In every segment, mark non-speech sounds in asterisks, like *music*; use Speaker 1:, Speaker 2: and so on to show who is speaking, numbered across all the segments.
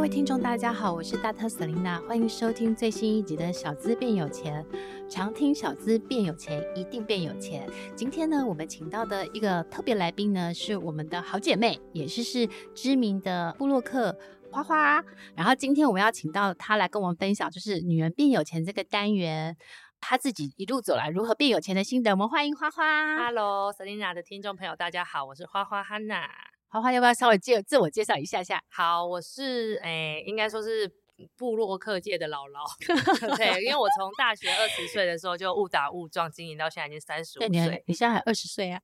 Speaker 1: 位听众，大家好，我是大特 Selina，欢迎收听最新一集的《小资变有钱》。常听小资变有钱，一定变有钱。今天呢，我们请到的一个特别来宾呢，是我们的好姐妹，也是是知名的布洛克花花。然后今天我们要请到她来跟我们分享，就是女人变有钱这个单元。她自己一路走来如何变有钱的心得，我们欢迎花花。
Speaker 2: Hello，Selina 的听众朋友，大家好，我是花花 Hanna。
Speaker 1: 花花要不要稍微介自我介绍一下下？
Speaker 2: 好，我是诶、应该说是部落客界的姥姥。 *laughs* 对，因为我从大学二十岁的时候就误打误撞经营到现在已经三十五
Speaker 1: 对，你很
Speaker 2: 岁，
Speaker 1: 你现在还二十岁啊？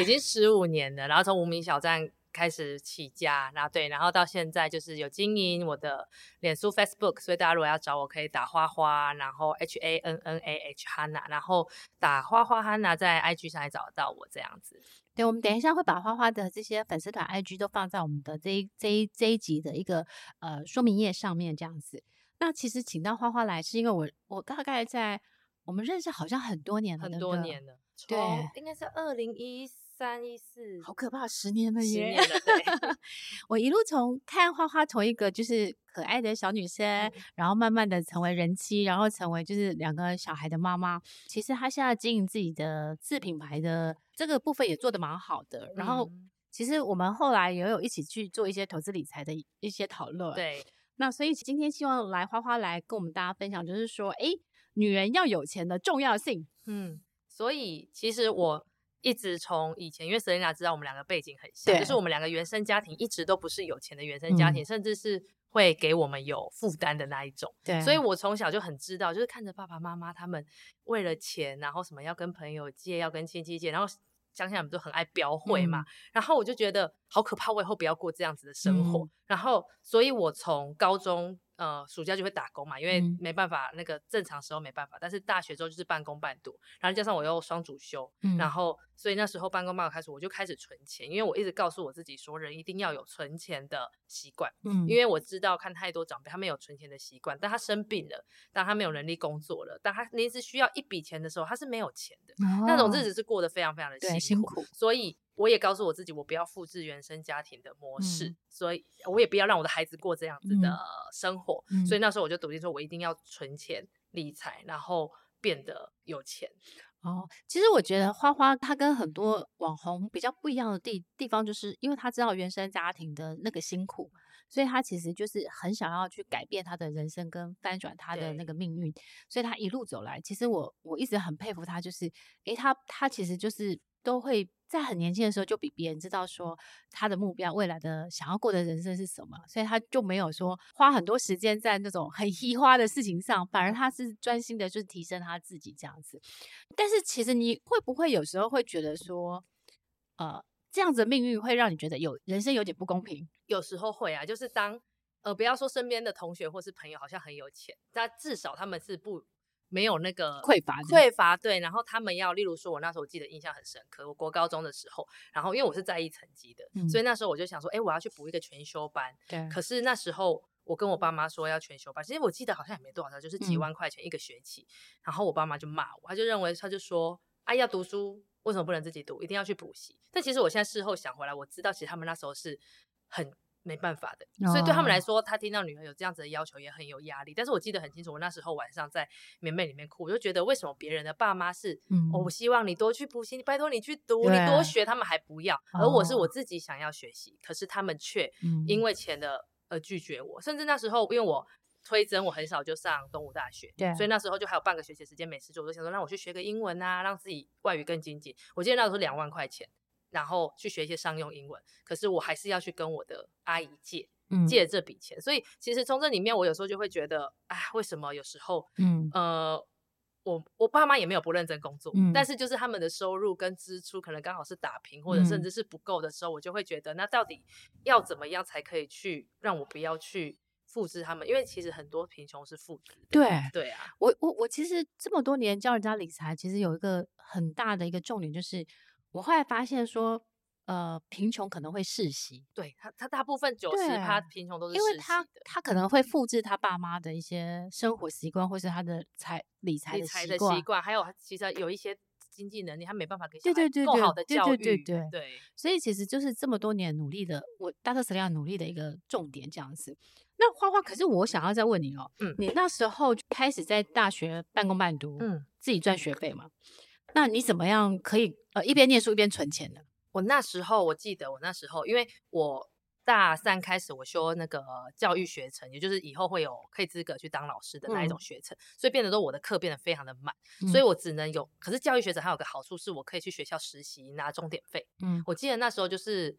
Speaker 2: 已经十五年了。然后从无名小站开始起家，然后对，然后到现在就是有经营我的脸书 Facebook，所以大家如果要找我可以打花花，然后 H A N N A H Hanna，然后打花花 Hanna 在 IG 上也找得到我这样子。
Speaker 1: 对，我们等一下会把花花的这些粉丝团 IG 都放在我们的这一这一这一集的一个呃说明页上面这样子。那其实请到花花来，是因为我我大概在我们认识好像很多年了，
Speaker 2: 很
Speaker 1: 对不
Speaker 2: 多
Speaker 1: 对
Speaker 2: 年，了，
Speaker 1: 对
Speaker 2: 从应该是二零一三一四，
Speaker 1: 好可怕，十年了
Speaker 2: 十
Speaker 1: 耶！
Speaker 2: 年了，对，
Speaker 1: 我一路从看花花从一个就是可爱的小女生，
Speaker 2: 嗯
Speaker 1: 然后慢慢的成为人妻，然后成为就是两个小孩的妈妈。其实她现在经营自己的自品牌的这个部分也做得蛮好的。 *laughs* 然后
Speaker 2: 嗯
Speaker 1: 其实我们后来也有一起去做一些投资理财的一一些讨论。，
Speaker 2: 对，
Speaker 1: 那所以今天希望来花花来跟我们大家分享，就是说，诶，女人要有钱的重要性。
Speaker 2: 嗯，所以其实我。一直从以前，因为 Selina 知道我们两个背景很像，
Speaker 1: 对嗯
Speaker 2: 就是我们两个原生家庭一直都不是有钱的原生家庭，甚至是会给我们有负担的那一种。
Speaker 1: 对
Speaker 2: 所以我从小就很知道，就是看着爸爸妈妈他们为了钱，然后什么要跟朋友借，要跟亲戚借，然后想想我们都很爱标会
Speaker 1: 嗯
Speaker 2: 嘛，然后我就觉得好可怕，我以后不要过这样子的生活。
Speaker 1: 嗯
Speaker 2: 然后，所以我从高中呃暑假就会打工嘛，因为
Speaker 1: 嗯
Speaker 2: 没办法，那个正常时候没办法，但是大学之后就是半工半读，然后加上我又双主修，
Speaker 1: 嗯
Speaker 2: 然后所以那时候半工半读开始，我就开始存钱，因为我一直告诉我自己说，人一定要有存钱的习惯。
Speaker 1: 嗯
Speaker 2: 因为我知道看太多长辈，他们有存钱的习惯，当他生病了，当他没有能力工作了，当他临时需要一笔钱的时候，他是没有钱的，那种日
Speaker 1: 子
Speaker 2: 子是过得非常非常的
Speaker 1: 哦对
Speaker 2: 辛
Speaker 1: 辛
Speaker 2: 苦。
Speaker 1: 苦，
Speaker 2: 所以我也告诉我自己，我不要复制原生家庭的模式，
Speaker 1: 嗯
Speaker 2: 所以我也不要让我的孩子过这样子的
Speaker 1: 嗯
Speaker 2: 生活。
Speaker 1: 嗯
Speaker 2: 所以那时候我就笃定说，我一定要存钱理财，然后变得有钱。
Speaker 1: 哦，其实我觉得花花她跟很多网红比较不一样的地地方，就是因为她知道原生家庭的那个辛苦，所以她其实就是很想要去改变她的人生跟翻转她的那
Speaker 2: 对
Speaker 1: 个命运，所以她一路走来，其实我我一直很佩服她，就是诶，她她其实就是都会。在很年轻的时候就比别人知道说她的目标未来的想要过的人生是什么，所以她就没有说花很多时间在那种很 *laughs* 稀花的事情上，反而她是专心的，就是提升她自己这样子。但是其实你会不会有时候会觉得说，呃，这样子的命运会让你觉得有人生有点不公平？
Speaker 2: 有时候会啊，就是当呃，不要说身边的同学或是朋友好像很有钱，但至少他们是不没有那个
Speaker 1: 匮乏的
Speaker 2: 匮乏对，然后他们要，例如说，我那时候我记得印象很深刻，我国高中的时候，然后因为我是在一成绩的，
Speaker 1: 嗯
Speaker 2: 所以那时候我就想说，哎，我要去补一个全修班，
Speaker 1: 对
Speaker 2: 可是那时候我跟我爸妈说要全修班，其实我记得好像也没多少钱，就是几
Speaker 1: 嗯
Speaker 2: 万块钱一个学期。然后我爸妈就骂我，他就认为他就说啊要读书为什么不能自己读，一定要去补习。但其实我现在事后想回来，我知道其实他们那时候是很。没办法的，所以对他们来
Speaker 1: 哦
Speaker 2: 说，他听到女儿有这样子的要求也很有压力。但是我记得很清楚，我那时候晚上在棉被里面哭，我就觉得为什么别人的爸妈是
Speaker 1: 嗯
Speaker 2: 哦，我希望你多去补习，你拜托你去读，
Speaker 1: 对哦
Speaker 2: 你多学，他们还不要，而我是我自己想要学习，可是他们却
Speaker 1: 嗯
Speaker 2: 因为钱的而拒绝我，甚至那时候因为我。推甄我很少就上东吴大学，
Speaker 1: 对
Speaker 2: 所以那时候就还有半个学期的时间没事做，我就想说让我去学个英文啊，让自己外语更精进。我记得那时候两万块钱，然后去学一些商用英文，可是我还是要去跟我的阿姨借，
Speaker 1: 嗯
Speaker 2: 借这笔钱。所以其实从这里面，我有时候就会觉得，哎，为什么有时候
Speaker 1: 嗯
Speaker 2: 呃，我我爸妈也没有不认真工作，
Speaker 1: 嗯
Speaker 2: 但是就是他们的收入跟支出可能刚好是打平，或者甚
Speaker 1: 嗯
Speaker 2: 至是不够的时候，我就会觉得，那到底要怎么样才可以去让我不要去复制他们？因为其实很多贫穷是复制的，
Speaker 1: 对。
Speaker 2: 对啊，
Speaker 1: 我我我其实这么多年教人家理财，其实有一个很大的一个重点，就是我后来发现说，呃，贫穷可能会世袭，
Speaker 2: 对他他大部分九十趴
Speaker 1: 对
Speaker 2: 贫穷都是
Speaker 1: 因为
Speaker 2: 世袭
Speaker 1: 他
Speaker 2: 的
Speaker 1: 他可能会复制他爸妈的一些生活习惯，或是他的财理财
Speaker 2: 理
Speaker 1: 的
Speaker 2: 财
Speaker 1: 习
Speaker 2: 的
Speaker 1: 惯
Speaker 2: 习，惯，还有其实有一些经济能力，他没办法给小
Speaker 1: 对
Speaker 2: 孩
Speaker 1: 对对
Speaker 2: 更
Speaker 1: 对
Speaker 2: 好的
Speaker 1: 对
Speaker 2: 教育，
Speaker 1: 对对对
Speaker 2: 对
Speaker 1: 所以其实就是这么多年努力的，我大特斯拉努力的一个重点这样子。那花花，可是我想要再问你哦，
Speaker 2: 嗯
Speaker 1: 你那时候就开始在大学半工半读，
Speaker 2: 嗯，
Speaker 1: 自己赚学费嘛？那你怎么样可以呃一边念书一边存钱呢？
Speaker 2: 我那时候我记得我那时候，因为我大三开始我修那个教育学程，也就是以后会有可以资格去当老师的那一
Speaker 1: 嗯
Speaker 2: 种学程，所以变得说我的课变得非常的满，所以我只能有。可是教育学程还有个好处是我可以去学校实习拿钟点费。
Speaker 1: 嗯，
Speaker 2: 我记得那时候就是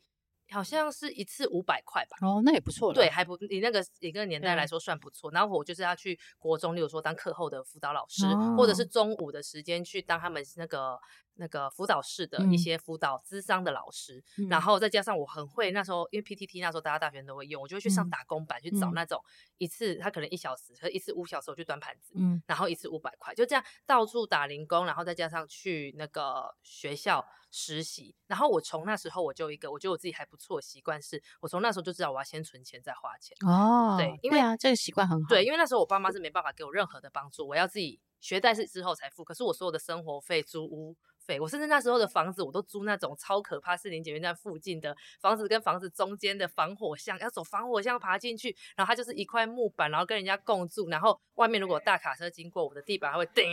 Speaker 2: 好像是一次五百块吧。
Speaker 1: 哦，那也不错了。
Speaker 2: 对，还不以那个以那个年代来
Speaker 1: 对
Speaker 2: 说算不错。然后我就是要去国中，例如说当课后的辅导老师，或者是
Speaker 1: 哦
Speaker 2: 中午的时间去当他们那个那个辅导室的一
Speaker 1: 嗯
Speaker 2: 些辅导资商的老师。
Speaker 1: 嗯，
Speaker 2: 然后再加上我很会那时候，因为 PTT 那时候大家大学生都会用，我就会去上
Speaker 1: 嗯
Speaker 2: 打工版、去找
Speaker 1: 嗯
Speaker 2: 那种一次他可能一小时，和一次五小时我去端盘子，
Speaker 1: 嗯
Speaker 2: 然后一次五百块，就这样到处打零工，然后再加上去那个学校实习。然后我从那时候我就有一个，我觉得我自己还不错的习惯是，我从那时候就知道我要先存钱再花钱。
Speaker 1: 哦，
Speaker 2: 对因为
Speaker 1: 啊，这个习惯很好。嗯
Speaker 2: 对，因为那时候我爸妈是没办法给我任何的帮助，我要自己学贷是之后才付。可是我所有的生活费、租屋费，我甚至那时候的房子我都租那种超可怕，士林捷运站附近的房子跟房子中间的防火巷，要走防火巷爬进去，然后它就是一块木板，然后跟人家共住，然后外面如果有大卡车经过，我的地板还会叮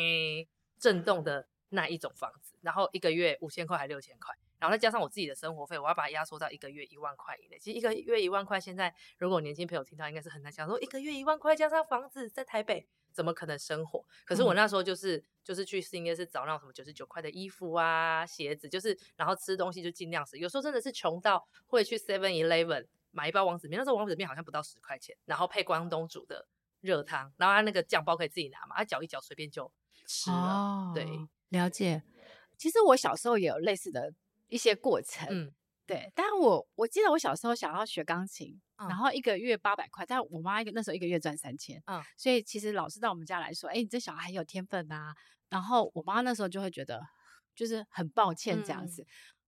Speaker 2: 震动的那一种房子，然后一个月五千块还六千块。然后再加上我自己的生活费，我要把它压缩到一个月一万块以内。其实一个月一万块，现在如果年轻朋友听到，应该是很难想说一个月一万块加上房子在台北，怎么可能生活？可是我
Speaker 1: 嗯
Speaker 2: 那时候就是、就是去应该是找那种什么九十九块的衣服啊、鞋子，就是然后吃东西就尽量吃。有时候真的是穷到会去 Seven Eleven 买一包王子面，那时候王子面好像不到十块钱，然后配关东煮的热汤，然后它那个酱包可以自己拿嘛，它搅一搅随便就吃了。
Speaker 1: 哦，
Speaker 2: 对，
Speaker 1: 了解。其实我小时候也有类似的一些过程，
Speaker 2: 嗯，
Speaker 1: 对。但我我记得我小时候想要学钢琴，
Speaker 2: 嗯
Speaker 1: 然后一个月八百块，但我妈一个那时候一个月赚三千，
Speaker 2: 嗯，
Speaker 1: 所以其实老师到我们家来说，哎，你这小孩很有天分啊。然后我妈那时候就会觉得，就是很抱歉这样
Speaker 2: 嗯
Speaker 1: 子。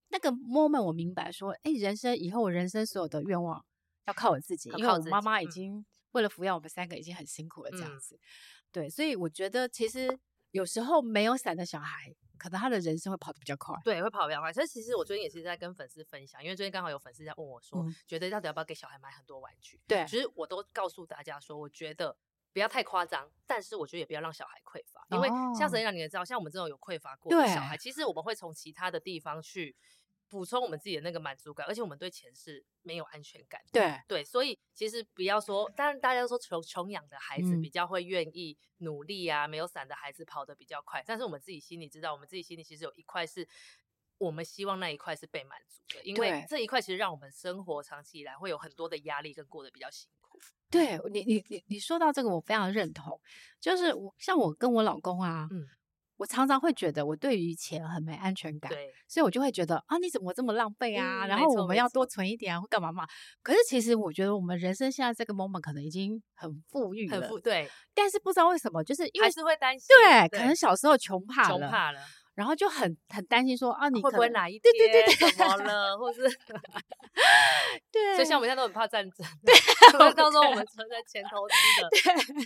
Speaker 1: 那个 moment 我明白说，哎，人生以后我人生所有的愿望要靠我自己，
Speaker 2: 要
Speaker 1: 因为
Speaker 2: 靠
Speaker 1: 我
Speaker 2: 自
Speaker 1: 妈
Speaker 2: 己
Speaker 1: 妈已
Speaker 2: 嗯
Speaker 1: 经为了抚养我们三个已经很辛苦了这样
Speaker 2: 嗯
Speaker 1: 子。对，所以我觉得其实有时候没有伞的小孩，可能他的人生会跑得比较快。
Speaker 2: 对，会跑比较快。所以其实我最近也是在跟粉丝分享，因为最近刚好有粉丝在问我说，
Speaker 1: 嗯
Speaker 2: 觉得到底要不要给小孩买很多玩具？
Speaker 1: 对
Speaker 2: 其实我都告诉大家说，我觉得不要太夸张，但是我觉得也不要让小孩匮乏，因为
Speaker 1: 哦
Speaker 2: 像沈一你也知道，像我们这种有匮乏过的小
Speaker 1: 对
Speaker 2: 孩，其实我们会从其他的地方去补充我们自己的那个满足感，而且我们对钱是没有安全感的。
Speaker 1: 对，
Speaker 2: 对，所以其实不要说，当然大家都说穷穷养的孩子
Speaker 1: 嗯
Speaker 2: 比较会愿意努力啊，没有伞的孩子跑得比较快。但是我们自己心里知道，我们自己心里其实有一块是我们希望那一块是被满足的，因为
Speaker 1: 对
Speaker 2: 这一块其实让我们生活长期以来会有很多的压力跟过得比较辛苦。
Speaker 1: 对你你你你说到这个，我非常认同。就是我像我跟我老公啊，
Speaker 2: 嗯
Speaker 1: 我常常会觉得我对于钱很没安全感，
Speaker 2: 对，
Speaker 1: 所以我就会觉得啊，你怎么这么浪费啊？
Speaker 2: 嗯
Speaker 1: 然
Speaker 2: 没
Speaker 1: 后我
Speaker 2: 错
Speaker 1: 们
Speaker 2: 没
Speaker 1: 要多
Speaker 2: 错
Speaker 1: 存一点啊，或干嘛嘛？可是其实我觉得我们人生现在这个 moment 可能已经很富裕了，
Speaker 2: 很富，对，
Speaker 1: 但是不知道为什么，就是因为
Speaker 2: 还是会担心，
Speaker 1: 对，可能小时候穷怕
Speaker 2: 穷
Speaker 1: 了，
Speaker 2: 怕了，
Speaker 1: 然后就很很担心说啊，你
Speaker 2: 会
Speaker 1: 可
Speaker 2: 不会
Speaker 1: 能
Speaker 2: 哪一天
Speaker 1: 对对对 *laughs*
Speaker 2: 怎么了，或是
Speaker 1: 对，
Speaker 2: 所以像我们现在都很怕战争， *laughs* 对到时候我们存在前投资的，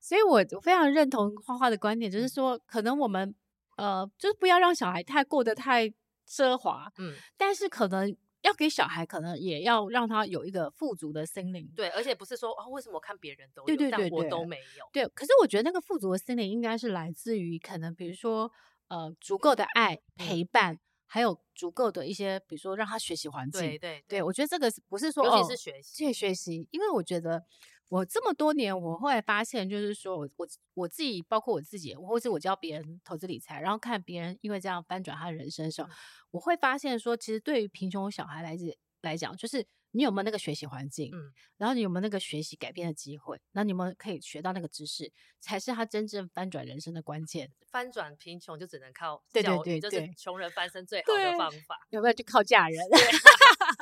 Speaker 1: 所以我我非常认同花花的观点，就是说，可能我们呃，就是不要让小孩太过得太奢华，
Speaker 2: 嗯。
Speaker 1: 但是可能要给小孩，可能也要让他有一个富足的心灵。
Speaker 2: 对，而且不是说哦，为什么我看别人都有，
Speaker 1: 对对对
Speaker 2: 但我
Speaker 1: 对
Speaker 2: 都没有。
Speaker 1: 对，可是我觉得那个富足的心灵应该是来自于可能，比如说呃，足够的爱、
Speaker 2: 嗯
Speaker 1: 陪伴，还有足够的一些，比如说让他学习环境。
Speaker 2: 对对
Speaker 1: 对，我觉得这个是不是说，
Speaker 2: 尤
Speaker 1: 哦
Speaker 2: 其是学习，
Speaker 1: 去学习，因为我觉得我这么多年，我后来发现，就是说我我我自己，包括我自己，或是我教别人投资理财，然后看别人因为这样翻转他的人生的时候，我会发现说，其实对于贫穷小孩来自来讲，就是你有没有那个学习环境，
Speaker 2: 嗯
Speaker 1: 然后你有没有那个学习改变的机会，那你们可以学到那个知识，才是他真正翻转人生的关键。
Speaker 2: 翻转贫穷就只能靠
Speaker 1: 对对
Speaker 2: 教
Speaker 1: 对
Speaker 2: 育，这
Speaker 1: 对
Speaker 2: 是穷人翻身最好
Speaker 1: 对
Speaker 2: 的方法。
Speaker 1: 有没有去靠嫁人？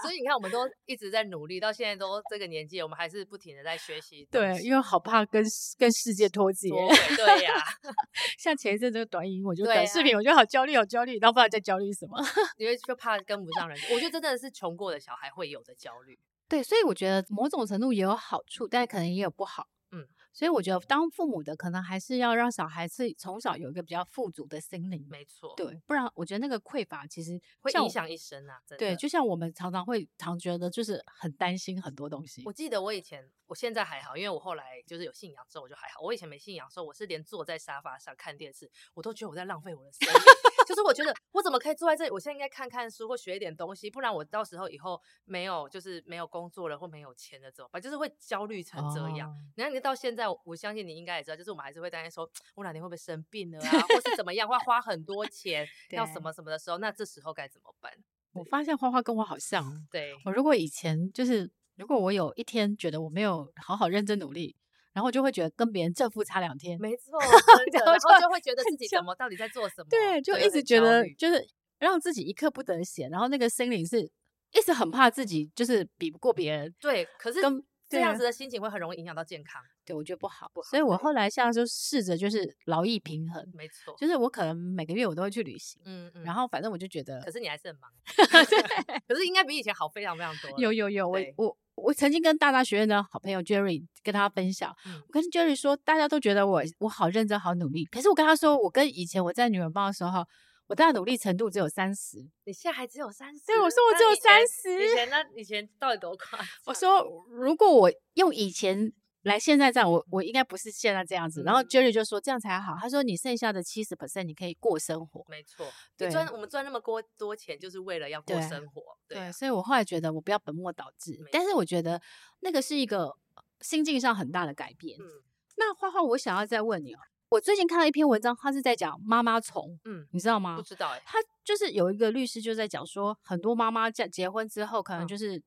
Speaker 2: 所以你看，我们都一直在努力，到现在都这个年纪，我们还是不停的在学习东
Speaker 1: 对，
Speaker 2: 西。
Speaker 1: 因为好怕跟跟世界脱节。
Speaker 2: 多会对呀、
Speaker 1: *laughs* 像前一阵这个短影音，我就
Speaker 2: 对
Speaker 1: 短视
Speaker 2: 啊
Speaker 1: 频，我就好焦虑，好焦虑，然后不知道在焦虑什么。
Speaker 2: 因为就怕跟不上人家。我觉得真的是穷过的小孩会有的焦虑。
Speaker 1: 对，所以我觉得某种程度也有好处，但可能也有不好。
Speaker 2: 嗯，
Speaker 1: 所以我觉得当父母的可能还是要让小孩是从小有一个比较富足的心灵，
Speaker 2: 没错，，
Speaker 1: 对，不然我觉得那个匮乏其实
Speaker 2: 会
Speaker 1: 像
Speaker 2: 影
Speaker 1: 我
Speaker 2: 响一生啊，真的。
Speaker 1: 对，就像我们常常会常觉得就是很担心很多东西
Speaker 2: 我，记得我以前，我现在还好，因为我后来就是有信仰之后，我就还好。我以前没信仰的时候，我是连坐在沙发上看电视，我都觉得我在浪费我的生命。就是我觉得我怎么可以坐在这里？我现在应该看看书或学一点东西，不然我到时候以后没有就是没有工作了或没有钱了怎么办？就是会焦虑成这样。
Speaker 1: 哦
Speaker 2: 然后你到现在，我相信你应该也知道，就是我们还是会担心说，我哪天会不会生病了啊，或是怎么样，会花很多钱，要什
Speaker 1: 对
Speaker 2: 么什么的时候，那这时候该怎么办？
Speaker 1: 我发现花花跟我好像哦，
Speaker 2: 对，
Speaker 1: 我如果以前就是，如果我有一天觉得我没有好好认真努力，然后我就会觉得跟别人正负差两天，
Speaker 2: 没
Speaker 1: *laughs*
Speaker 2: 错，真的
Speaker 1: 然
Speaker 2: 然
Speaker 1: 后
Speaker 2: 后
Speaker 1: 就
Speaker 2: 就
Speaker 1: *laughs*
Speaker 2: 会觉得
Speaker 1: 很
Speaker 2: 自己
Speaker 1: 焦
Speaker 2: 怎么到底在做什么，
Speaker 1: 对，就
Speaker 2: 会
Speaker 1: 一直
Speaker 2: 很
Speaker 1: 觉
Speaker 2: 焦
Speaker 1: 得
Speaker 2: 虑
Speaker 1: 就是让自己一刻不得闲，然后那个心灵是一直很怕自己就是比不过别人，
Speaker 2: 对，可是
Speaker 1: 跟
Speaker 2: 这
Speaker 1: 对
Speaker 2: 样
Speaker 1: 啊
Speaker 2: 子的心情会很容易影响到健康，
Speaker 1: 对我觉得不好
Speaker 2: 不。
Speaker 1: 所以
Speaker 2: 好
Speaker 1: 我
Speaker 2: 对
Speaker 1: 后来现在就试着就是劳逸平衡，
Speaker 2: 没错，
Speaker 1: 就是我可能每个月我都会去旅行，
Speaker 2: 嗯嗯
Speaker 1: 然后反正我就觉得
Speaker 2: 可是你还是很
Speaker 1: *laughs*
Speaker 2: 忙， *laughs* 可是应该比以前好非常非常多了，
Speaker 1: 有有有，我
Speaker 2: 对
Speaker 1: 我我曾经跟大大学院的好朋友 Jerry 跟他分享，
Speaker 2: 嗯
Speaker 1: 我跟 Jerry 说，大家都觉得我我好认真好努力，可是我跟他说，我跟以前我在女人帮的时候，我大概努力程度只有三十。
Speaker 2: 你现在还只有三十，
Speaker 1: 对，我说我只有三
Speaker 2: 十，以
Speaker 1: 十。
Speaker 2: 前那以前到底多夸张？
Speaker 1: 我说如果我用以前来现在这样，我我应该不是现在这样子。然后
Speaker 2: 嗯
Speaker 1: Jerry 就说这样才好，他说你剩下的七十 percent 你可以过生活。
Speaker 2: 没错，
Speaker 1: 对
Speaker 2: 你赚我们赚那么多多钱，就是为了要过
Speaker 1: 对
Speaker 2: 生活，啊
Speaker 1: 对，所以我后来觉得我不要本末倒置
Speaker 2: 没，
Speaker 1: 但是
Speaker 2: 错
Speaker 1: 我觉得那个是一个心境上很大的改变。
Speaker 2: 嗯
Speaker 1: 那花花，我想要再问你哦，我最近看到一篇文章，它是在讲妈妈虫，
Speaker 2: 嗯，
Speaker 1: 你知道
Speaker 2: 不
Speaker 1: 吗？
Speaker 2: 知道哎，
Speaker 1: 它就是有一个律师就在讲说，很多妈妈在结婚之后，可能
Speaker 2: 嗯
Speaker 1: 就是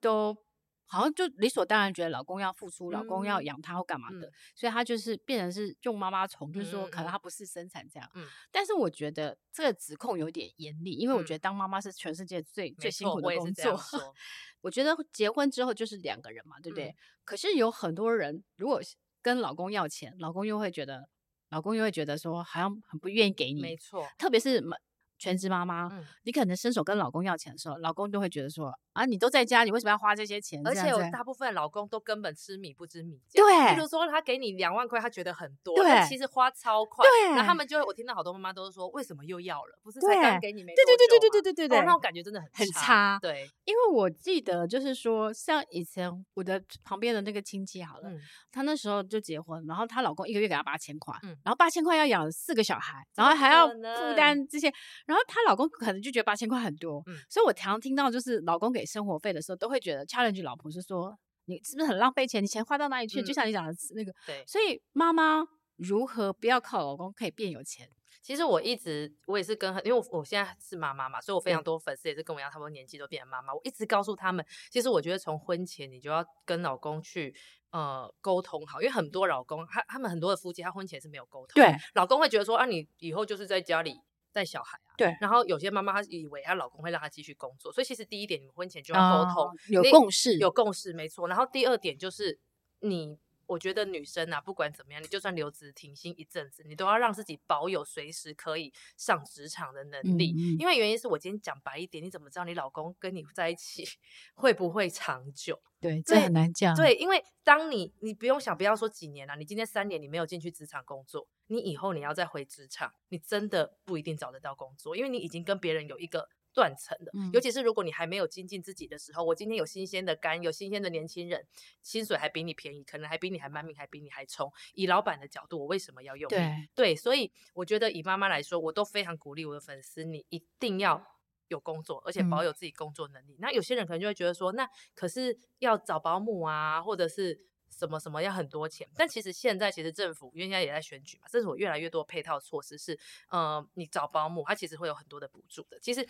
Speaker 1: 都好像就理所当然觉得老公要付出，老公要
Speaker 2: 嗯
Speaker 1: 养她或干嘛的，
Speaker 2: 嗯
Speaker 1: 所以她就是变成是用妈妈虫，就是说
Speaker 2: 嗯嗯
Speaker 1: 可能
Speaker 2: 嗯
Speaker 1: 她不是生产这样。
Speaker 2: 嗯
Speaker 1: 但是我觉得这个指控有点严厉，因为我
Speaker 2: 嗯
Speaker 1: 觉得当妈妈是全世界最
Speaker 2: 没
Speaker 1: 最辛
Speaker 2: 错
Speaker 1: 苦
Speaker 2: 我
Speaker 1: 的
Speaker 2: 也是
Speaker 1: 工
Speaker 2: 这样
Speaker 1: 作。
Speaker 2: 说嗯
Speaker 1: 我觉得结婚之后就是两个人嘛，对不对？可是有很多人如果是跟老公要钱，老公又会觉得，老公又会觉得说好像很不愿意给 *laughs*
Speaker 2: 没
Speaker 1: 你，
Speaker 2: 错，
Speaker 1: 特别是妈全职妈妈，
Speaker 2: 嗯。
Speaker 1: 你可能伸手跟老公要钱的时候，老公都会觉得说啊，你都在家，你为什么要花这些钱？
Speaker 2: 而
Speaker 1: 这样
Speaker 2: 且
Speaker 1: 啊
Speaker 2: 有
Speaker 1: 这样
Speaker 2: 大部分老公都根本吃米不知米价，
Speaker 1: 对
Speaker 2: 比如说他给你两万块，他觉得很多，但
Speaker 1: 对
Speaker 2: 其实花超快。
Speaker 1: 对
Speaker 2: 然后他们就会，我听到好多妈妈都是说，为什么又要了？不是
Speaker 1: 对
Speaker 2: 才刚给你没
Speaker 1: 对对对对
Speaker 2: 对
Speaker 1: 对对对对
Speaker 2: 啊哦那种感觉真的很
Speaker 1: 很差
Speaker 2: 对，
Speaker 1: 因为我记得就是说，像以前我的旁边的那个亲戚好了，
Speaker 2: 嗯，
Speaker 1: 她那时候就结婚，然后她老公一个月给她八千块，
Speaker 2: 嗯
Speaker 1: 然后八千块要养四个小孩，
Speaker 2: 怎
Speaker 1: 然后
Speaker 2: 么
Speaker 1: 还要
Speaker 2: 可
Speaker 1: 负
Speaker 2: 能
Speaker 1: 担这些，然后她老公可能就觉得八千块很多，
Speaker 2: 嗯
Speaker 1: 所以我常听到就是老公给生活费的时候，都会觉得 challenge 老婆是说你是不是很浪费钱，你钱花到哪里去？就
Speaker 2: 嗯
Speaker 1: 像你讲的那个，
Speaker 2: 对。
Speaker 1: 所以妈妈如何不要靠老公可以变有钱？
Speaker 2: 其实我一直我也是跟很，因为我我现在是妈妈嘛，所以我非常
Speaker 1: 嗯
Speaker 2: 多粉丝也是跟我一样，差不多年纪都变成妈妈。我一直告诉他们，其实我觉得从婚前你就要跟老公去呃沟通好，因为很多老公他他们很多的夫妻他婚前是没有沟通，
Speaker 1: 对，
Speaker 2: 老公会觉得说啊，你以后就是在家里带小孩啊。
Speaker 1: 对
Speaker 2: 然后有些妈妈她以为她老公会让她继续工作，所以其实第一点，你们婚前就要沟通，
Speaker 1: 哦有
Speaker 2: 你
Speaker 1: 共识，
Speaker 2: 有共识，没错。然后第二点就是你。我觉得女生啊，不管怎么样，你就算留职停薪一阵子，你都要让自己保有随时可以上职场的能力。
Speaker 1: 嗯嗯
Speaker 2: 因为原因是我今天讲白一点，你怎么知道你老公跟你在一起 *laughs* 会不会长久？
Speaker 1: 对，这
Speaker 2: 对
Speaker 1: 很难讲，
Speaker 2: 对，因为当你你不用想，不要说几年了、你今天三年你没有进去职场工作，你以后你要再回职场，你真的不一定找得到工作，因为你已经跟别人有一个断层了。
Speaker 1: 嗯
Speaker 2: 尤其是如果你还没有精进自己的时候，我今天有新鲜的肝，有新鲜的年轻人，薪水还比你便宜，可能还比你还慢命，还比你还冲。以老板的角度，我为什么要用你？
Speaker 1: 对，
Speaker 2: 对，所以我觉得以妈妈来说，我都非常鼓励我的粉丝，你一定要有工作，而且保
Speaker 1: 嗯
Speaker 2: 有自己工作能力。那有些人可能就会觉得说，那可是要找保姆啊，或者是什么什么要很多钱。但其实现在其实政府因为现在也在选举嘛，政府越来越多配套措施是，呃，你找保姆，它其实会有很多的补助的。其实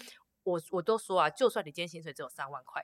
Speaker 2: 我我都说啊，就算你今天薪水只有三万块，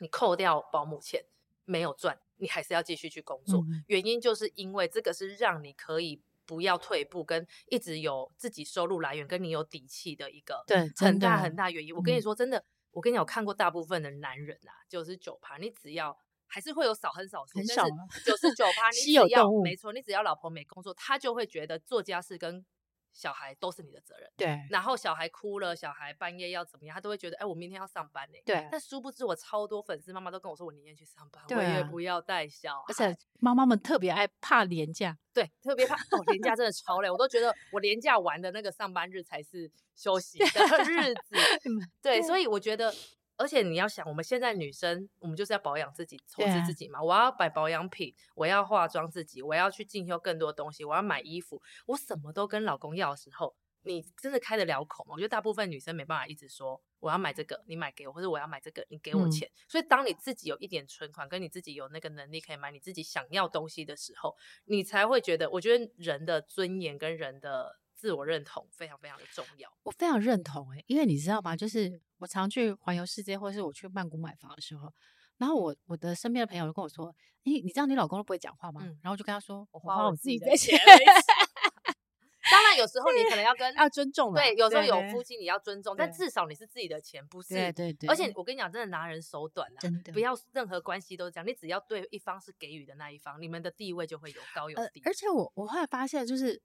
Speaker 2: 你扣掉保姆钱没有赚，你还是要继续去工作。
Speaker 1: 嗯
Speaker 2: 原因就是因为这个是让你可以不要退步，跟一直有自己收入来源，跟你有底气的一个
Speaker 1: 对真
Speaker 2: 很大
Speaker 1: 的
Speaker 2: 很大原因。我跟
Speaker 1: 嗯
Speaker 2: 你说，真的，我跟你讲我看过大部分的男人啊，九十九趴，你只要。还是会有少很少数，
Speaker 1: 很少啊 *laughs*
Speaker 2: 九十九趴，你
Speaker 1: 稀
Speaker 2: 只
Speaker 1: 有
Speaker 2: 要
Speaker 1: 动物
Speaker 2: 没错，你只要老婆没工作，他就会觉得做家事跟小孩都是你的责任。
Speaker 1: 对
Speaker 2: 然后小孩哭了，小孩半夜要怎么样，他都会觉得，哎，我明天要上班呢、
Speaker 1: 对，
Speaker 2: 但殊不知，我超多粉丝妈妈都跟我说，我宁愿去上班，
Speaker 1: 对
Speaker 2: 我也
Speaker 1: 啊
Speaker 2: 不要带小孩。
Speaker 1: 而且妈妈们特别爱怕廉价，
Speaker 2: 对，特别怕哦，廉价真的超累，我都觉得我廉价完的那个上班日才是
Speaker 1: *laughs*
Speaker 2: 休息的日子。
Speaker 1: 嗯
Speaker 2: 对，所以我觉得，而且你要想，我们现在女生，我们就是要保养自己，充
Speaker 1: 对
Speaker 2: 实
Speaker 1: 啊
Speaker 2: 自己嘛。我要买保养品，我要化妆自己，我要去进修更多东西，我要买衣服，我什么都跟老公要的时候，你真的开得了口吗？我觉得大部分女生没办法一直说我要买这个，你买给我，或者我要买这个，你给我
Speaker 1: 嗯
Speaker 2: 钱。所以当你自己有一点存款，跟你自己有那个能力可以买你自己想要东西的时候，你才会觉得，我觉得人的尊严跟人的自我认同非常非常的重要。
Speaker 1: 我非常认同诶、欸因为你知道吗？就是我常去环游世界，或是我去曼谷买房的时候，然后我我的身边的朋友都跟我说：“你你知道你老公都不会讲话吗？”
Speaker 2: 嗯
Speaker 1: 然后我就跟他说：“我
Speaker 2: 花
Speaker 1: 花
Speaker 2: 我
Speaker 1: 我
Speaker 2: 自
Speaker 1: 自己
Speaker 2: 己的
Speaker 1: 的钱，
Speaker 2: 没错当然，有时候你可能要跟
Speaker 1: *laughs* 要尊重啦
Speaker 2: 对，有时候有
Speaker 1: 对
Speaker 2: 夫妻你要尊重，但
Speaker 1: 对
Speaker 2: 至少你是自己的钱，不是。
Speaker 1: 对对对，
Speaker 2: 而且我跟你讲，真的拿人手短啊，
Speaker 1: 真的
Speaker 2: 不要任何关系都这样，你只要对一方是给予的那一方，你们的地位就会有高有
Speaker 1: 呃
Speaker 2: 低。
Speaker 1: 而且我我后来发现，就是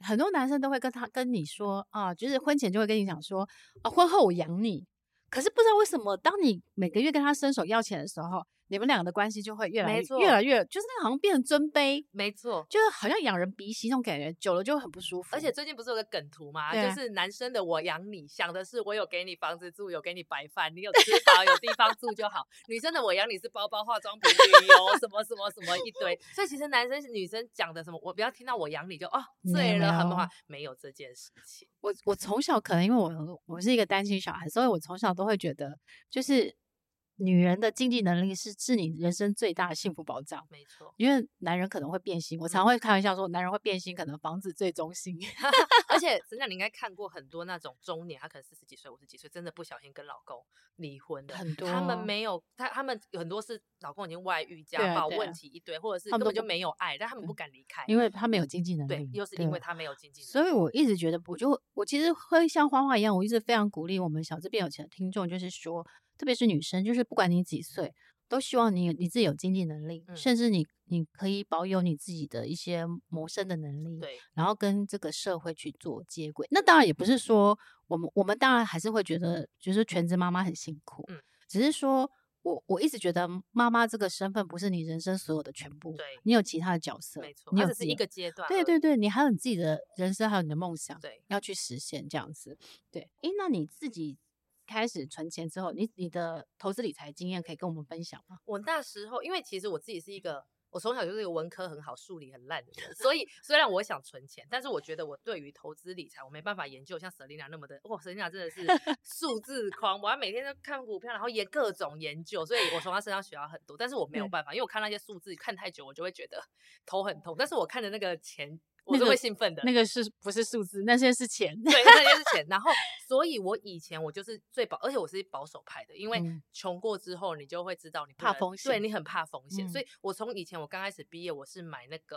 Speaker 1: 很多男生都会跟他跟你说啊，就是婚前就会跟你讲说啊，婚后我养你。可是不知道为什么，当你每个月跟他伸手要钱的时候，你们两个的关系就会越来
Speaker 2: 没
Speaker 1: 越
Speaker 2: 错
Speaker 1: 越来越，就是那个好像变成尊卑，
Speaker 2: 没错，
Speaker 1: 就是好像仰人鼻息那种感觉，久了就很不舒服。
Speaker 2: 而且最近不是有个梗图吗？
Speaker 1: 对
Speaker 2: 就
Speaker 1: 啊
Speaker 2: 是男生的我养你，想的是我有给你房子住，有给你白饭，你有吃饱，有地方住就好。女生的我养你是包包、化妆品、旅游什么什么什么一堆。
Speaker 1: *laughs*
Speaker 2: 所以其实男生女生讲的什么，我不要听到我养你就哦醉了很不好，没有这件事情。
Speaker 1: 我我从小可能因为我我是一个单亲小孩，所以我从小都会觉得，就是女人的经济能力是是你人生最大的幸福保障。，
Speaker 2: 没错
Speaker 1: *laughs* 因为男人可能会变心，我常会开玩笑说，男人会变心，可能房子最中心。 *laughs*
Speaker 2: 而且陈亮，你应该看过很多那种中年，他可能四十几岁、五十几岁，真的不小心跟老公离婚的，
Speaker 1: 很
Speaker 2: 他们
Speaker 1: 多
Speaker 2: 没有，他他们有很多是老公已经外遇、
Speaker 1: 对
Speaker 2: 家
Speaker 1: 啊
Speaker 2: 暴
Speaker 1: 对啊
Speaker 2: 问题一堆，或者是
Speaker 1: 他们
Speaker 2: 根本
Speaker 1: 都
Speaker 2: 就没有爱，但他们
Speaker 1: 对
Speaker 2: 不敢离开，
Speaker 1: 因为他没有经济能力，
Speaker 2: 对，又是因为
Speaker 1: 对。
Speaker 2: 他没有经济能力，
Speaker 1: 所以我一直觉得，我就我其实会像花花一样，我一直非常鼓励我们小这边有钱的听众，就是说，特别是女生，就是不管你几岁，都希望你你自己有经济能力，
Speaker 2: 嗯
Speaker 1: 甚至你你可以保有你自己的一些谋生的能力。
Speaker 2: 对，
Speaker 1: 然后跟这个社会去做接轨。那当然也不是说我们我们当然还是会觉得，就是全职妈妈很辛苦，
Speaker 2: 嗯
Speaker 1: 只是说我我一直觉得妈妈这个身份不是你人生所有的全部，
Speaker 2: 对
Speaker 1: 你有其他的角色，
Speaker 2: 没错，
Speaker 1: 你
Speaker 2: 它
Speaker 1: 有
Speaker 2: 只
Speaker 1: 自
Speaker 2: 是
Speaker 1: 己
Speaker 2: 一
Speaker 1: 的
Speaker 2: 个阶段而
Speaker 1: 对
Speaker 2: 已，
Speaker 1: 对对，你还有你自己的人生，还有你的梦想
Speaker 2: 对。
Speaker 1: 要去实现，这样子。对，诶，那你自己开始存钱之后，你你的投资理财经验可以跟我们分享吗？
Speaker 2: 我那时候，因为其实我自己是一个，我从小就是一个文科很好、数理很烂的人，所以虽然我想存钱，但是我觉得我对于投资理财我没办法研究像 Selina 那么的，哇，Selina 真的
Speaker 1: *laughs*
Speaker 2: 是数字狂，我要每天都看股票，然后也各种研究，所以我从她身上学到很多，但是我没有
Speaker 1: 对
Speaker 2: 办法，因为我看那些数字看太久，我就会觉得头很痛，但是我看的那个钱，我
Speaker 1: 那
Speaker 2: 是
Speaker 1: 个
Speaker 2: 会兴奋的，
Speaker 1: 那个是不是数字？那些是钱。
Speaker 2: 对，那 *laughs* 些是钱。然后，所以我以前我就是最保，而且我是保守派的，因为
Speaker 1: 嗯
Speaker 2: 穷过之后，你就会知道你不
Speaker 1: 怕
Speaker 2: 能
Speaker 1: 风
Speaker 2: 对
Speaker 1: 险
Speaker 2: 你很怕风险。所
Speaker 1: 嗯
Speaker 2: 以我从以前我刚开始毕业，我是买那个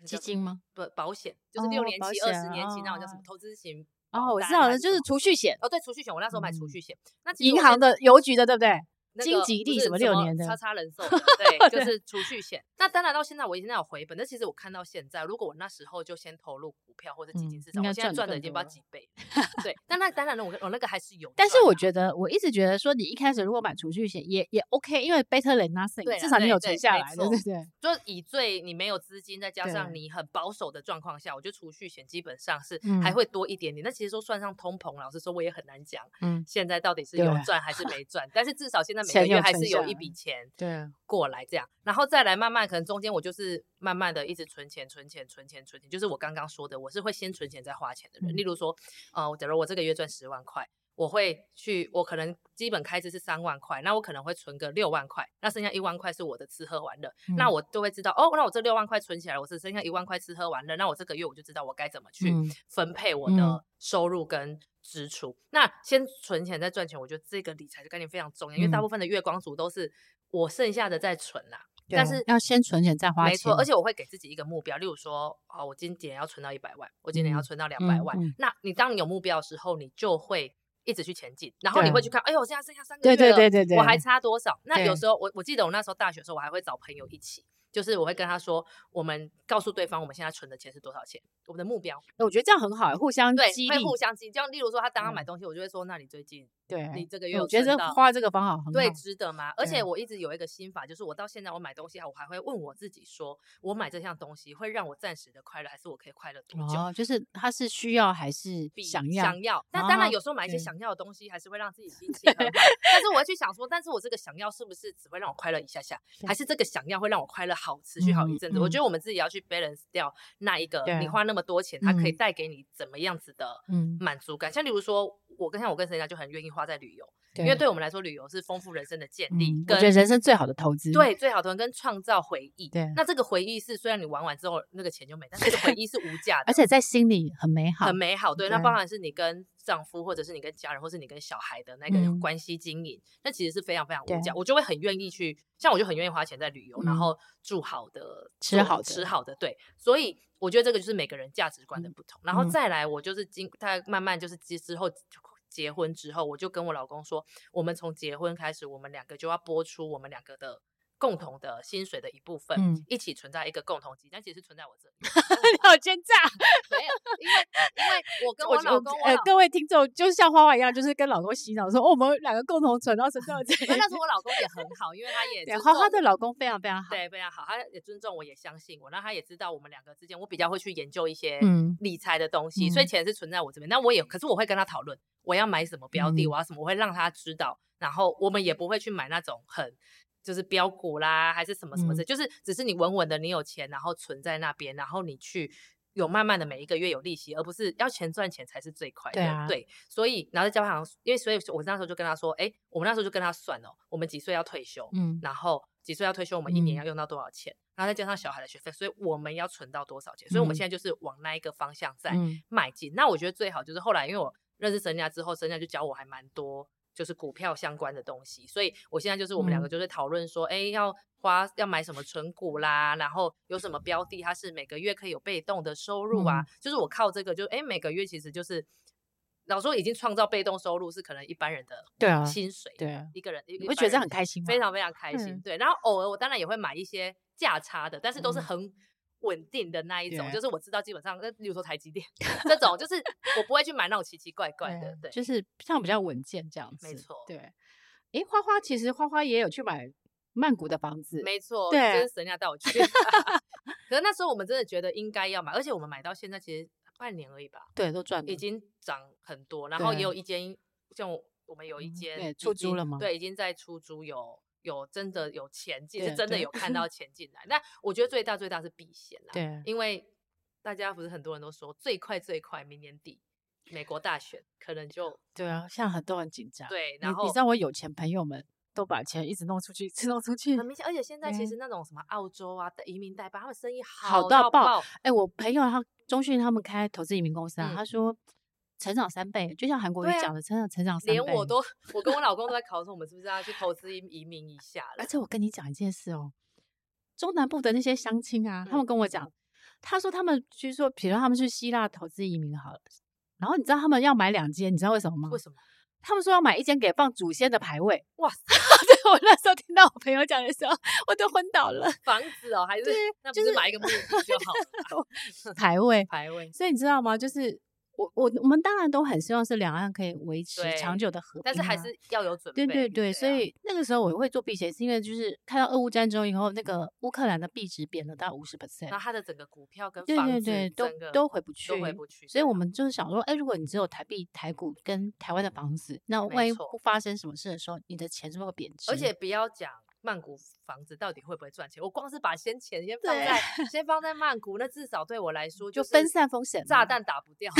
Speaker 2: 那
Speaker 1: 基
Speaker 2: 叫
Speaker 1: 金吗？
Speaker 2: 不保险，就是六
Speaker 1: 哦
Speaker 2: 年
Speaker 1: 保
Speaker 2: 期、二十
Speaker 1: 险
Speaker 2: 年期那种叫
Speaker 1: 哦
Speaker 2: 什么投资型保
Speaker 1: 哦，我知
Speaker 2: 单
Speaker 1: 道
Speaker 2: 还
Speaker 1: 了，
Speaker 2: 什
Speaker 1: 就是
Speaker 2: 么
Speaker 1: 储蓄险，
Speaker 2: 哦，对储蓄险，我那时候买储
Speaker 1: 嗯
Speaker 2: 蓄险，那其实
Speaker 1: 银
Speaker 2: 我
Speaker 1: 行
Speaker 2: 现
Speaker 1: 的邮局的，对不对？
Speaker 2: 那
Speaker 1: 金
Speaker 2: 个
Speaker 1: 吉
Speaker 2: 不
Speaker 1: 利
Speaker 2: 是
Speaker 1: 什么六年的
Speaker 2: 叉叉
Speaker 1: *laughs*
Speaker 2: 人寿的，对，就
Speaker 1: 对
Speaker 2: 是储蓄险。那当然到现在，我现在有回本，但其实我看到现在，如果我那时候就先投入股票或者基金
Speaker 1: 嗯
Speaker 2: 市场，
Speaker 1: 应该
Speaker 2: 我现在
Speaker 1: 赚得
Speaker 2: 赚的
Speaker 1: 更
Speaker 2: 已经不
Speaker 1: 多
Speaker 2: 知道几倍了。对，但那当然了，我我那个还是有赚啊，
Speaker 1: 但是我觉得，我一直觉得说，你一开始如果买储蓄险也也 OK，因为 better than
Speaker 2: 对
Speaker 1: nothing，至
Speaker 2: 啦
Speaker 1: 少你
Speaker 2: 对
Speaker 1: 有
Speaker 2: 对
Speaker 1: 存下
Speaker 2: 没
Speaker 1: 来，
Speaker 2: 错
Speaker 1: 对对对，
Speaker 2: 就以最你没有资金，再加上
Speaker 1: 对
Speaker 2: 你很保守的状况下，我觉得储蓄险基本上是
Speaker 1: 嗯
Speaker 2: 还会多一点点。那、其实说算上通膨，老实说我也很难讲，
Speaker 1: 嗯，
Speaker 2: 现在到底是
Speaker 1: 对
Speaker 2: 有
Speaker 1: 啊
Speaker 2: 赚还是没赚。但是至少现在每
Speaker 1: 钱
Speaker 2: 个月
Speaker 1: 有
Speaker 2: 还
Speaker 1: 存
Speaker 2: 是有
Speaker 1: 下
Speaker 2: 一
Speaker 1: 来
Speaker 2: 笔钱
Speaker 1: 对，啊
Speaker 2: 过来这样，然后再来慢慢，可能中间我就是慢慢的一直存钱、存钱、存钱、存钱，就是我刚刚说的，我是会先存钱再花钱的人。
Speaker 1: 嗯
Speaker 2: 例如说，呃，假如我这个月赚十万块，我会去，我可能基本开支是三万块，那我可能会存个六万块，那剩下一万块是我的吃喝玩乐，那
Speaker 1: 嗯
Speaker 2: 我就会知道，哦，那我这六万块存起来，我只剩下一万块吃喝玩乐，那我这个月我就知道我该怎么去
Speaker 1: 嗯
Speaker 2: 分配我
Speaker 1: 嗯
Speaker 2: 的收入跟支出。那先存钱再赚钱，我觉得这个理财的概念非常重要，因为
Speaker 1: 嗯
Speaker 2: 大部分的月光族都是我剩下的再存啦。但
Speaker 1: 对
Speaker 2: 是
Speaker 1: 要先存钱再花钱，
Speaker 2: 没错，而且我会给自己一个目标，例如说，啊，我今年要存到一百万，我今年要
Speaker 1: 嗯
Speaker 2: 存到两百
Speaker 1: 嗯
Speaker 2: 万。
Speaker 1: 嗯
Speaker 2: 那你当你有目标的时候，你就会一直去前进，然后你
Speaker 1: 对
Speaker 2: 会去看，哎呦，我现在剩下三个
Speaker 1: 对
Speaker 2: 月
Speaker 1: 对
Speaker 2: 了，
Speaker 1: 对对对，
Speaker 2: 我还差多少？那有
Speaker 1: 对
Speaker 2: 时候我我记得我那时候大学的时候，我还会找朋友一起，就是我会跟他说，我们告诉对方我们现在存的钱是多少钱，我们的目标，
Speaker 1: 我觉得这样很好、互相
Speaker 2: 对，
Speaker 1: 激
Speaker 2: 会
Speaker 1: 励，
Speaker 2: 欸互相激。就像例如说，他刚刚买
Speaker 1: 嗯
Speaker 2: 东西，我就会说，那你最近
Speaker 1: 对
Speaker 2: 你这个月
Speaker 1: 对
Speaker 2: 有
Speaker 1: 我觉得
Speaker 2: 存
Speaker 1: 这
Speaker 2: 到
Speaker 1: 花这个方法很好，
Speaker 2: 对，值得吗？而且
Speaker 1: 对
Speaker 2: 我一直有一个心法，就是我到现在我买东西，我还会问我自己说，我买这项东西会让我暂时的快乐，还是我可以快乐多久？
Speaker 1: 哦，就是他是需要还是
Speaker 2: 比
Speaker 1: 想要？
Speaker 2: 那当然
Speaker 1: 哦
Speaker 2: 有时候买一些
Speaker 1: 对
Speaker 2: 想要的东西，还是会让自己心情很好。但是我会去想说，但是我这个想要是不是只会让我快乐一下下，
Speaker 1: 对
Speaker 2: 还是这个想要会让我快乐好持续好一
Speaker 1: 嗯
Speaker 2: 阵子？我
Speaker 1: 嗯
Speaker 2: 觉得我们自己要去 balance 掉那一个，你
Speaker 1: 对
Speaker 2: 花那么多钱，它可以
Speaker 1: 嗯
Speaker 2: 带给你怎么样子的
Speaker 1: 嗯，
Speaker 2: 满足感？像例如说，我跟像我跟谁家就很愿意花在旅游，
Speaker 1: 对
Speaker 2: 因为对我们来说，旅游是丰富人生的建立
Speaker 1: 嗯，我
Speaker 2: 跟
Speaker 1: 觉得人生最好的投资，
Speaker 2: 对，最好的跟创造回忆。
Speaker 1: 对
Speaker 2: 那这个回忆是虽然你玩完之后那个钱就没，但是这个回忆是无价的，
Speaker 1: 而且在心里很美好，
Speaker 2: 很美好。对，那包
Speaker 1: 对
Speaker 2: 含是你跟丈夫，或者是你跟家人，或是你跟小孩的那个
Speaker 1: 嗯
Speaker 2: 关系经营，那其实是非常非常无
Speaker 1: 对
Speaker 2: 价。我就会很愿意去，像我就很愿意花钱在旅游，然
Speaker 1: 嗯
Speaker 2: 后住好的，
Speaker 1: 吃
Speaker 2: 做
Speaker 1: 好
Speaker 2: 吃
Speaker 1: 的
Speaker 2: 好的。对，所以我觉得这个就是每个人价值观的
Speaker 1: 嗯
Speaker 2: 不同。然后
Speaker 1: 嗯
Speaker 2: 再来，我就是经他慢慢就是之之后。结婚之后，我就跟我老公说，我们从结婚开始，我们两个就要拨出我们两个的共同的薪水的一部分，
Speaker 1: 嗯
Speaker 2: *laughs* 一起存在一个共同基金，但其实存在我这里，
Speaker 1: 好奸诈。
Speaker 2: 没有，因为因为我跟我
Speaker 1: 觉
Speaker 2: 老
Speaker 1: 得
Speaker 2: 公，我
Speaker 1: 呃
Speaker 2: 老，
Speaker 1: 各位听众就是像花花一样，就是跟老公洗脑说，哦，我们两个共同存到存到这
Speaker 2: 那
Speaker 1: 里。
Speaker 2: 但是 *laughs* 我老公也很好，因为他也
Speaker 1: *laughs* 对，
Speaker 2: 尊
Speaker 1: 花
Speaker 2: 重
Speaker 1: 花对老公非常非常好。
Speaker 2: 对非常好，他也尊重我，也相信我，那他也知道我们两个之间，我比较会去研究一些
Speaker 1: 嗯
Speaker 2: 理财的东西，所以
Speaker 1: 嗯
Speaker 2: 钱是存在我这边。那我也，可是我会跟他讨论我要买什么标的，
Speaker 1: 嗯
Speaker 2: 我要什么，我会让他知道，然后我们也不会去买那种很。就是标股啦，还是什么什么
Speaker 1: 嗯
Speaker 2: 之类，就是只是你稳稳的，你有钱，然后存在那边，然后你去有慢慢的每一个月有利息，而不是要钱赚钱才是最快的。
Speaker 1: 对啊
Speaker 2: 对，所以然后再加上，因为所以我那时候就跟他说，哎、我们那时候就跟他算哦，我们几岁要退休，
Speaker 1: 嗯，
Speaker 2: 然后几岁要退休，我们一年
Speaker 1: 嗯
Speaker 2: 要用到多少钱，然后再加上小孩的学费，所以我们要存到多少钱？所以我们
Speaker 1: 嗯
Speaker 2: 现在就是往那一个方向在
Speaker 1: 嗯
Speaker 2: 迈进。那我觉得最好就是后来，因为我认识神家之后，神家就教我还蛮多。就是股票相关的东西，所以我现在就是我们两
Speaker 1: 嗯
Speaker 2: 个就是讨论说，哎、要花要买什么存股啦，然后有什么标的，它是每个月可以有被动的收入啊。
Speaker 1: 嗯
Speaker 2: 就是我靠这个就，哎，每个月其实就是老实说已经创造被动收入，是可能一般人的
Speaker 1: 对啊
Speaker 2: 薪水
Speaker 1: 对啊，
Speaker 2: 一个人，
Speaker 1: 你
Speaker 2: 你
Speaker 1: 会觉得这样很开心吗？
Speaker 2: 非常非常开心。
Speaker 1: 嗯
Speaker 2: 对，然后偶尔我当然也会买一些价差的，但是都是
Speaker 1: 嗯
Speaker 2: 很稳定的那一种，
Speaker 1: 对
Speaker 2: 就是我知道基本上，那呃例如说台积电这种，就是我不会去买那种奇奇怪怪的
Speaker 1: 啊。
Speaker 2: 对，
Speaker 1: 就是像比较稳健这样子。
Speaker 2: 没错
Speaker 1: 对。诶，花花其实花花也有去买曼谷的房子，
Speaker 2: 没错，
Speaker 1: 对
Speaker 2: 就是神家带我去。 *laughs* 可是那时候我们真的觉得应该要买，而且我们买到现在其实半年而已吧，
Speaker 1: 对，都赚了
Speaker 2: 已经涨很多，然后也
Speaker 1: 对
Speaker 2: 有一间像我我们有一
Speaker 1: 嗯
Speaker 2: 间
Speaker 1: 对
Speaker 2: 已
Speaker 1: 出租
Speaker 2: 经
Speaker 1: 了吗
Speaker 2: 对，已经在出租有。有真的有钱进，是
Speaker 1: 对
Speaker 2: 真的
Speaker 1: 对
Speaker 2: 有看到钱进来。那我觉得最大最大是避险啦，
Speaker 1: 对
Speaker 2: 因为大家不是很多人都说最快最快明年底美国大选可能就
Speaker 1: 对啊，像很多人紧张。
Speaker 2: 对，
Speaker 1: 你，
Speaker 2: 然后
Speaker 1: 你知道我有钱朋友们都把钱一直弄出去，一直弄出去
Speaker 2: 很。明显，而且现在其
Speaker 1: 对
Speaker 2: 实那种什么澳洲啊的移民代办，他们生意
Speaker 1: 嗯好
Speaker 2: 好
Speaker 1: 到
Speaker 2: 到
Speaker 1: 爆
Speaker 2: 爆，
Speaker 1: 哎，我朋友他中讯他们开投资移民公司啊，
Speaker 2: 嗯
Speaker 1: 他说成长三倍，就像韩国瑜
Speaker 2: 对啊
Speaker 1: 讲的，成长成长三倍。
Speaker 2: 连我都，我跟我老公都在考虑说，我们是不是要去投资移移民一下了
Speaker 1: 而？且我跟你讲一件事哦，中南部的那些乡亲啊，
Speaker 2: 嗯
Speaker 1: 他们跟我讲，他说他们据说，比如他们去希腊投资移民好了，然后你知道他们要买两间，你知道为什么吗？
Speaker 2: 为什么？
Speaker 1: 他们说要买一间给放祖先的牌位。
Speaker 2: 哇塞，
Speaker 1: *laughs* 对我那时候听到我朋友讲的时候，我都昏倒了。 *laughs*
Speaker 2: 房子哦，还是
Speaker 1: 对
Speaker 2: 那不
Speaker 1: 就是是
Speaker 2: 买一个木地就好
Speaker 1: *laughs*
Speaker 2: 了吧？
Speaker 1: 牌位，
Speaker 2: 排位，
Speaker 1: 所以你知道吗？就是我我我们当然都很希望是两岸可以维持
Speaker 2: 对
Speaker 1: 长久的和平啊、
Speaker 2: 但是还是要有准备。
Speaker 1: 对对对，所
Speaker 2: 啊
Speaker 1: 以那个时候我会做避险，是因为就是看到俄乌战争以后，那个乌克兰的币值贬了到五十 percent，
Speaker 2: 然后他的整个股票跟
Speaker 1: 对
Speaker 2: 房
Speaker 1: 对
Speaker 2: 子
Speaker 1: 对，都
Speaker 2: 整个
Speaker 1: 都回不去，
Speaker 2: 都回不去，
Speaker 1: 所以
Speaker 2: 对
Speaker 1: 我
Speaker 2: 啊
Speaker 1: 们就是想说，哎，如果你只有台币、台股跟台湾的房子，那
Speaker 2: 没
Speaker 1: 万一
Speaker 2: 错
Speaker 1: 不发生什么事的时候，你的钱是不是会贬值？
Speaker 2: 而且不要讲。曼谷房子到底会不会赚钱？我光是把先钱先放
Speaker 1: 对
Speaker 2: 在
Speaker 1: *laughs*
Speaker 2: 先放在曼谷，那至少对我来说
Speaker 1: 就是分散风险
Speaker 2: 炸
Speaker 1: 嘛
Speaker 2: 弹打
Speaker 1: *laughs*
Speaker 2: 不掉、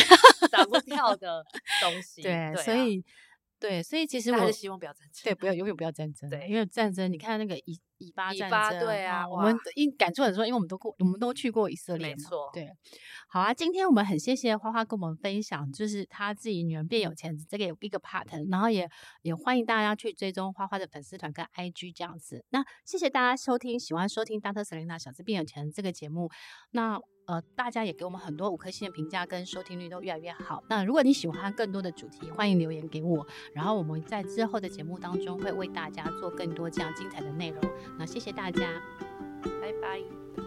Speaker 2: 打不掉的东西。
Speaker 1: 对，
Speaker 2: 对
Speaker 1: 所
Speaker 2: 啊
Speaker 1: 以对，所以
Speaker 2: *laughs*
Speaker 1: 其实
Speaker 2: 但
Speaker 1: 我
Speaker 2: 还是希望不要战争。
Speaker 1: 对，不要永远不要战争，
Speaker 2: 对
Speaker 1: 因为战争，你看那个以以巴
Speaker 2: 以
Speaker 1: 战
Speaker 2: 巴
Speaker 1: 争，
Speaker 2: 对啊
Speaker 1: 我们
Speaker 2: 哇
Speaker 1: 因感触很深，因为我们都过，我们都去过以色列
Speaker 2: 没
Speaker 1: 嘛，
Speaker 2: 错
Speaker 1: 对，好啊，今天我们很谢谢花花跟我们分享，就是她自己女人变有钱这个有一个 part，然后也也欢迎大家去追踪花花的粉丝团跟 IG 这样子。那谢谢大家收听，喜欢收听《当特 Selina 小资变有钱》这个节目，那。呃，大家也给我们很多五颗星的评价，跟收听率都越来越好。那如果你喜欢更多的主题，欢迎留言给我。然后我们在之后的节目当中会为大家做更多这样精彩的内容。那谢谢大家，拜拜。